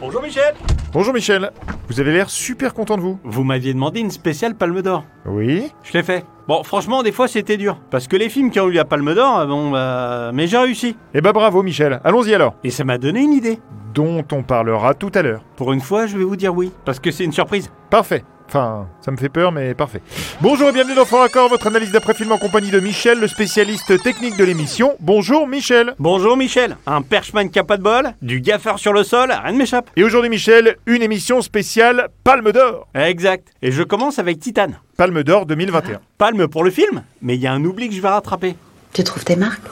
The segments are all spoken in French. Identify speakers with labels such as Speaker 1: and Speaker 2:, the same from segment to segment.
Speaker 1: Bonjour Michel
Speaker 2: Bonjour Michel, vous avez l'air super content de vous.
Speaker 1: Vous m'aviez demandé une spéciale Palme d'Or.
Speaker 2: Oui
Speaker 1: Je l'ai fait. Bon, franchement, des fois c'était dur. Parce que les films qui ont eu la Palme d'Or, euh, bon, bah, mais j'ai réussi.
Speaker 2: Eh bah bravo Michel, allons-y alors.
Speaker 1: Et ça m'a donné une idée.
Speaker 2: Dont on parlera tout à l'heure.
Speaker 1: Pour une fois, je vais vous dire oui. Parce que c'est une surprise.
Speaker 2: Parfait. Enfin, ça me fait peur, mais parfait. Bonjour et bienvenue dans Fort Accord, votre analyse d'après-film en compagnie de Michel, le spécialiste technique de l'émission. Bonjour Michel
Speaker 1: Bonjour Michel Un perchman qui a pas de bol, du gaffeur sur le sol, rien ne m'échappe.
Speaker 2: Et aujourd'hui Michel, une émission spéciale Palme d'Or.
Speaker 1: Exact. Et je commence avec Titane.
Speaker 2: Palme d'Or 2021.
Speaker 1: Palme pour le film, mais il y a un oubli que je vais rattraper.
Speaker 3: Tu trouves tes marques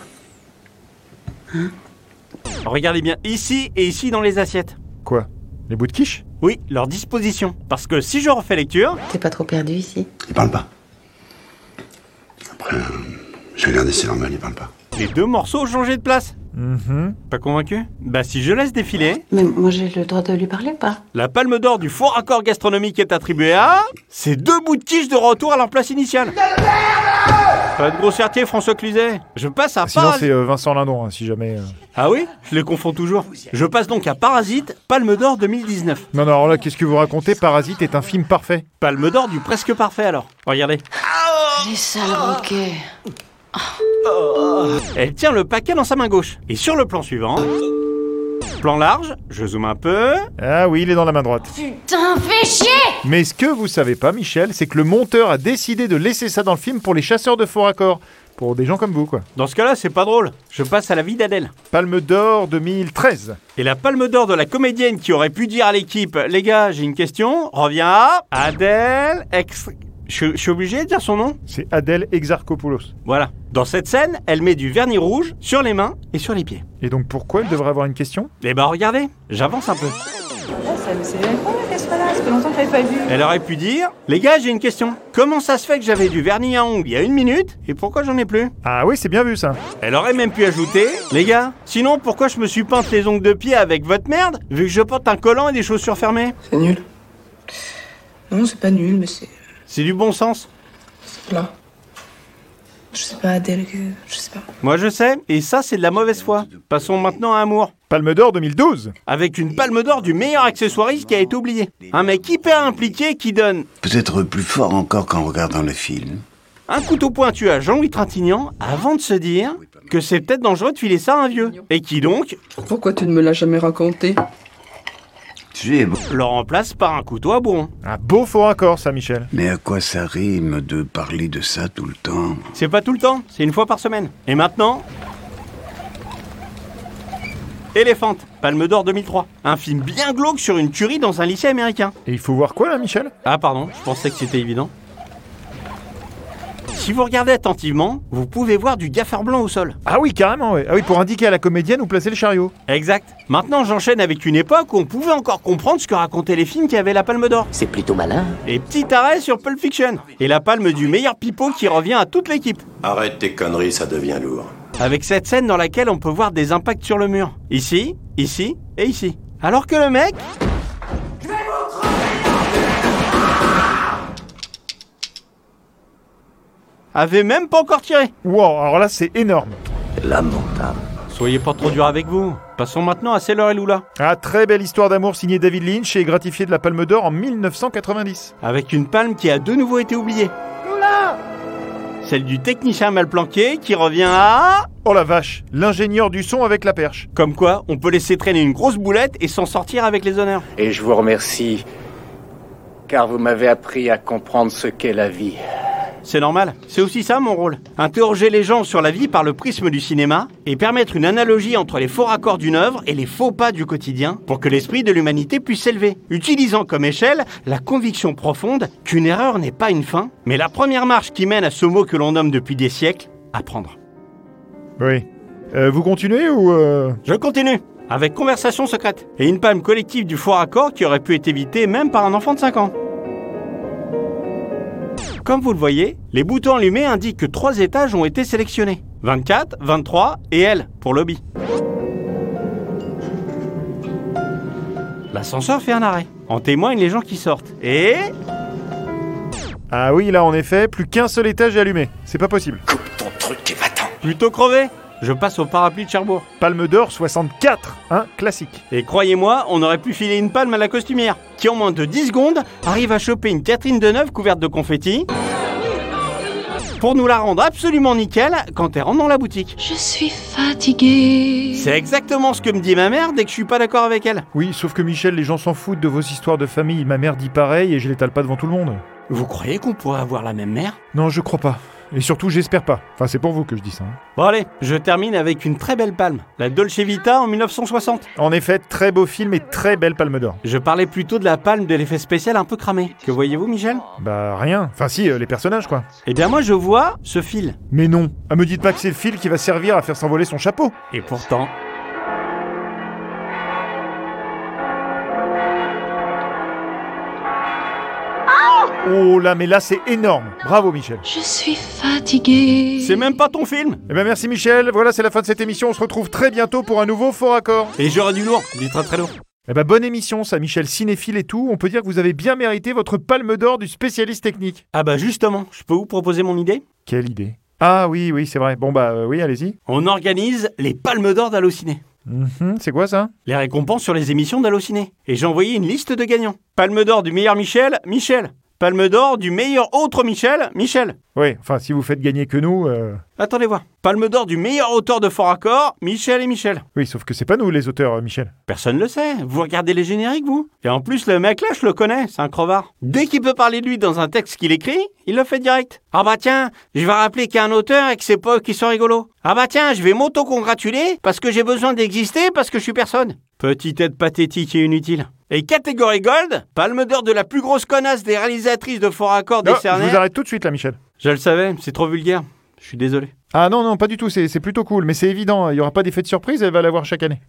Speaker 1: Regardez bien ici et ici dans les assiettes.
Speaker 2: Quoi Les bouts de quiche
Speaker 1: Oui, leur disposition. Parce que si je refais lecture,
Speaker 3: T'es pas trop perdu ici
Speaker 4: Il parle pas. Après, euh, j'ai regardé, c'est normal, il parle pas.
Speaker 1: les deux morceaux ont changé de place.
Speaker 2: Mhm.
Speaker 1: Pas convaincu Bah si je laisse défiler,
Speaker 3: Mais moi j'ai le droit de lui parler ou pas
Speaker 1: la palme d'or du fort accord gastronomique est attribuée à... Ces deux bouts de quiche de retour à leur place initiale. Pas de grossièreté, François Cluzet. Je passe à
Speaker 2: Sinon
Speaker 1: Parasite.
Speaker 2: c'est euh, Vincent Lindon, hein, si jamais... euh.
Speaker 1: Ah oui Je les confonds toujours. Je passe donc à Parasite, Palme d'Or 2019.
Speaker 2: Non, non, alors là, qu'est-ce que vous racontez Parasite est un film parfait.
Speaker 1: Palme d'Or du presque parfait alors. Oh, Regardez.
Speaker 3: Les sales roquets
Speaker 1: Oh. Elle tient le paquet dans sa main gauche. Et sur le plan suivant... Plan large, je zoome un peu.
Speaker 2: Ah oui, il est dans la main droite.
Speaker 5: Putain, fais chier
Speaker 2: Mais ce que vous savez pas, Michel, c'est que le monteur a décidé de laisser ça dans le film pour les chasseurs de faux raccords. Pour des gens comme vous, quoi.
Speaker 1: Dans ce cas-là, c'est pas drôle. Je passe à la vie d'Adèle.
Speaker 2: Palme d'or 2013.
Speaker 1: Et la palme d'or de la comédienne qui aurait pu dire à l'équipe Les gars, j'ai une question, revient à Adèle Ex. Je je suis obligé de dire son nom
Speaker 2: C'est Adèle Exarchopoulos.
Speaker 1: Voilà. Dans cette scène, elle met du vernis rouge sur les mains et sur les pieds.
Speaker 2: Et donc pourquoi elle devrait avoir une question
Speaker 1: Eh ben regardez, j'avance un peu.
Speaker 6: C'est bien qu'elle soit là, hein, ça fait longtemps que je l'avais pas vue.
Speaker 1: Elle aurait pu dire Les gars, j'ai une question. Comment ça se fait que j'avais du vernis à ongles il y a une minute et pourquoi j'en ai plus
Speaker 2: Ah oui, c'est bien vu ça.
Speaker 1: Elle aurait même pu ajouter Les gars, sinon pourquoi je me suis peinte les ongles de pied avec votre merde vu que je porte un collant et des chaussures fermées
Speaker 6: C'est nul. Non, c'est pas nul, mais c'est
Speaker 1: C'est du bon sens.
Speaker 6: là. Je sais pas, Adèle, que... je sais pas.
Speaker 1: Moi je sais, et ça c'est de la mauvaise foi. Passons maintenant à Amour.
Speaker 2: Palme d'or 2012.
Speaker 1: Avec une palme d'or du meilleur accessoiriste qui a été oublié. Un mec hyper impliqué qui donne
Speaker 4: Peut-être plus fort encore qu'en regardant le film.
Speaker 1: un couteau pointu à Jean-Louis Trintignant avant de se dire que c'est peut-être dangereux de filer ça à un vieux. Et qui donc
Speaker 7: Pourquoi tu ne me l'as jamais raconté
Speaker 4: Tu es bon.
Speaker 1: le remplace par un couteau à bourron.
Speaker 2: Un beau faux raccord ça, Michel.
Speaker 4: Mais à quoi ça rime de parler de ça tout le temps
Speaker 1: C'est pas tout le temps, c'est une fois par semaine. Et maintenant. Éléphante, Palme d'Or 2003. Un film bien glauque sur une tuerie dans un lycée américain.
Speaker 2: Et il faut voir quoi là, Michel
Speaker 1: Ah pardon, je pensais que c'était évident. Si vous regardez attentivement, vous pouvez voir du gaffeur blanc au sol.
Speaker 2: Ah oui, carrément, ouais. Ah oui, pour indiquer à la comédienne où placer le chariot.
Speaker 1: Exact. Maintenant, j'enchaîne avec une époque où on pouvait encore comprendre ce que racontaient les films qui avaient la palme d'or.
Speaker 8: C'est plutôt malin.
Speaker 1: Et petit arrêt sur Pulp Fiction. Et la palme du meilleur pipeau qui revient à toute l'équipe.
Speaker 9: Arrête tes conneries, ça devient lourd.
Speaker 1: Avec cette scène dans laquelle on peut voir des impacts sur le mur. Ici, ici et ici. Alors que le mec... avait même pas encore tiré.
Speaker 2: Wow, alors là, c'est énorme.
Speaker 8: Lamentable.
Speaker 1: Soyez pas trop dur avec vous. Passons maintenant à Sailor et Lula.
Speaker 2: Ah, très belle histoire d'amour signée David Lynch et gratifiée de la Palme d'or en 1990.
Speaker 1: Avec une palme qui a de nouveau été oubliée. Lula Celle du technicien mal planqué qui revient à...
Speaker 2: Oh la vache, l'ingénieur du son avec la perche.
Speaker 1: Comme quoi, on peut laisser traîner une grosse boulette et s'en sortir avec les honneurs.
Speaker 8: Et je vous remercie, car vous m'avez appris à comprendre ce qu'est la vie.
Speaker 1: C'est normal, c'est aussi ça mon rôle. Interroger les gens sur la vie par le prisme du cinéma et permettre une analogie entre les faux raccords d'une œuvre et les faux pas du quotidien pour que l'esprit de l'humanité puisse s'élever, utilisant comme échelle la conviction profonde qu'une erreur n'est pas une fin, mais la première marche qui mène à ce mot que l'on nomme depuis des siècles, apprendre.
Speaker 2: Oui. Euh, vous continuez ou... euh,
Speaker 1: Je continue avec conversation secrète et une palme collective du faux raccord qui aurait pu être évitée même par un enfant de 5 ans. Comme vous le voyez, les boutons allumés indiquent que trois étages ont été sélectionnés. 24, 23 et L pour lobby. L'ascenseur fait un arrêt. En témoignent les gens qui sortent. Et...
Speaker 2: Ah oui, là en effet, plus qu'un seul étage est allumé. C'est pas possible.
Speaker 9: Coupe ton truc et va-t'en.
Speaker 1: Plutôt crevé Je passe au parapluie de Cherbourg.
Speaker 2: Palme d'or 64, un classique.
Speaker 1: Et croyez-moi, on aurait pu filer une palme à la costumière, qui en moins de 10 secondes arrive à choper une Catherine Deneuve couverte de confetti pour nous la rendre absolument nickel quand elle rentre dans la boutique.
Speaker 3: Je suis fatiguée.
Speaker 1: C'est exactement ce que me dit ma mère dès que je suis pas d'accord avec elle.
Speaker 2: Oui, sauf que Michel, les gens s'en foutent de vos histoires de famille. Ma mère dit pareil et je l'étale pas devant tout le monde.
Speaker 1: Vous croyez qu'on pourrait avoir la même mère
Speaker 2: Non, je crois pas. Et surtout, j'espère pas. Enfin, c'est pour vous que je dis ça. hein.
Speaker 1: Bon allez, je termine avec une très belle palme, la Dolce Vita en 1960.
Speaker 2: En effet, très beau film et très belle palme d'or.
Speaker 1: Je parlais plutôt de la palme de l'effet spécial un peu cramé. Que voyez-vous Michel
Speaker 2: Bah, rien. Enfin, si, euh, les personnages, quoi.
Speaker 1: Eh bien moi je vois ce fil.
Speaker 2: Mais non. Ah, me dites pas que c'est le fil qui va servir à faire s'envoler son chapeau.
Speaker 1: Et pourtant...
Speaker 2: Oh là, mais là, c'est énorme. Bravo, Michel.
Speaker 3: Je suis fatiguée.
Speaker 1: C'est même pas ton film
Speaker 2: Eh ben, merci, Michel. Voilà, c'est la fin de cette émission. On se retrouve très bientôt pour un nouveau Fort Accord.
Speaker 1: Et j'aurais du lourd, du très très lourd.
Speaker 2: Eh ben, bonne émission, ça, Michel. Cinéphile et tout. On peut dire que vous avez bien mérité votre palme d'or du spécialiste technique.
Speaker 1: Ah bah justement, je peux vous proposer mon idée
Speaker 2: Quelle idée. Ah oui, oui, c'est vrai. Bon, bah, euh, oui, allez-y.
Speaker 1: On organise les palmes d'or d'Allociné.
Speaker 2: Mhm, c'est quoi ça
Speaker 1: Les récompenses sur les émissions d'Allociné. Et j'ai envoyé une liste de gagnants. Palme d'or du meilleur Michel, Michel. Palme d'or du meilleur autre Michel, Michel.
Speaker 2: Oui, enfin, si vous faites gagner que nous. euh,
Speaker 1: Attendez voir. Palme d'or du meilleur auteur de fort accord, Michel et Michel.
Speaker 2: Oui, sauf que c'est pas nous, les auteurs, euh, Michel.
Speaker 1: Personne le sait. Vous regardez les génériques, vous Et en plus, le mec là, je le connais, c'est un crevard. Dès qu'il peut parler de lui dans un texte qu'il écrit, il le fait direct. Ah bah tiens, je vais rappeler qu'il y a un auteur et que c'est pas eux qui sont rigolos. Ah bah tiens, je vais m'auto-congratuler parce que j'ai besoin d'exister parce que je suis personne. Petite aide pathétique et inutile. Et catégorie Gold, palme d'or de la plus grosse connasse des réalisatrices de fort accord
Speaker 2: Non,
Speaker 1: décernée.
Speaker 2: je vous arrête tout de suite, là, Michel.
Speaker 1: Je le savais, c'est trop vulgaire. Je suis désolé.
Speaker 2: Ah non, non, pas du tout, c'est c'est plutôt cool, mais c'est évident, il n'y aura pas d'effet de surprise, elle va l'avoir chaque année.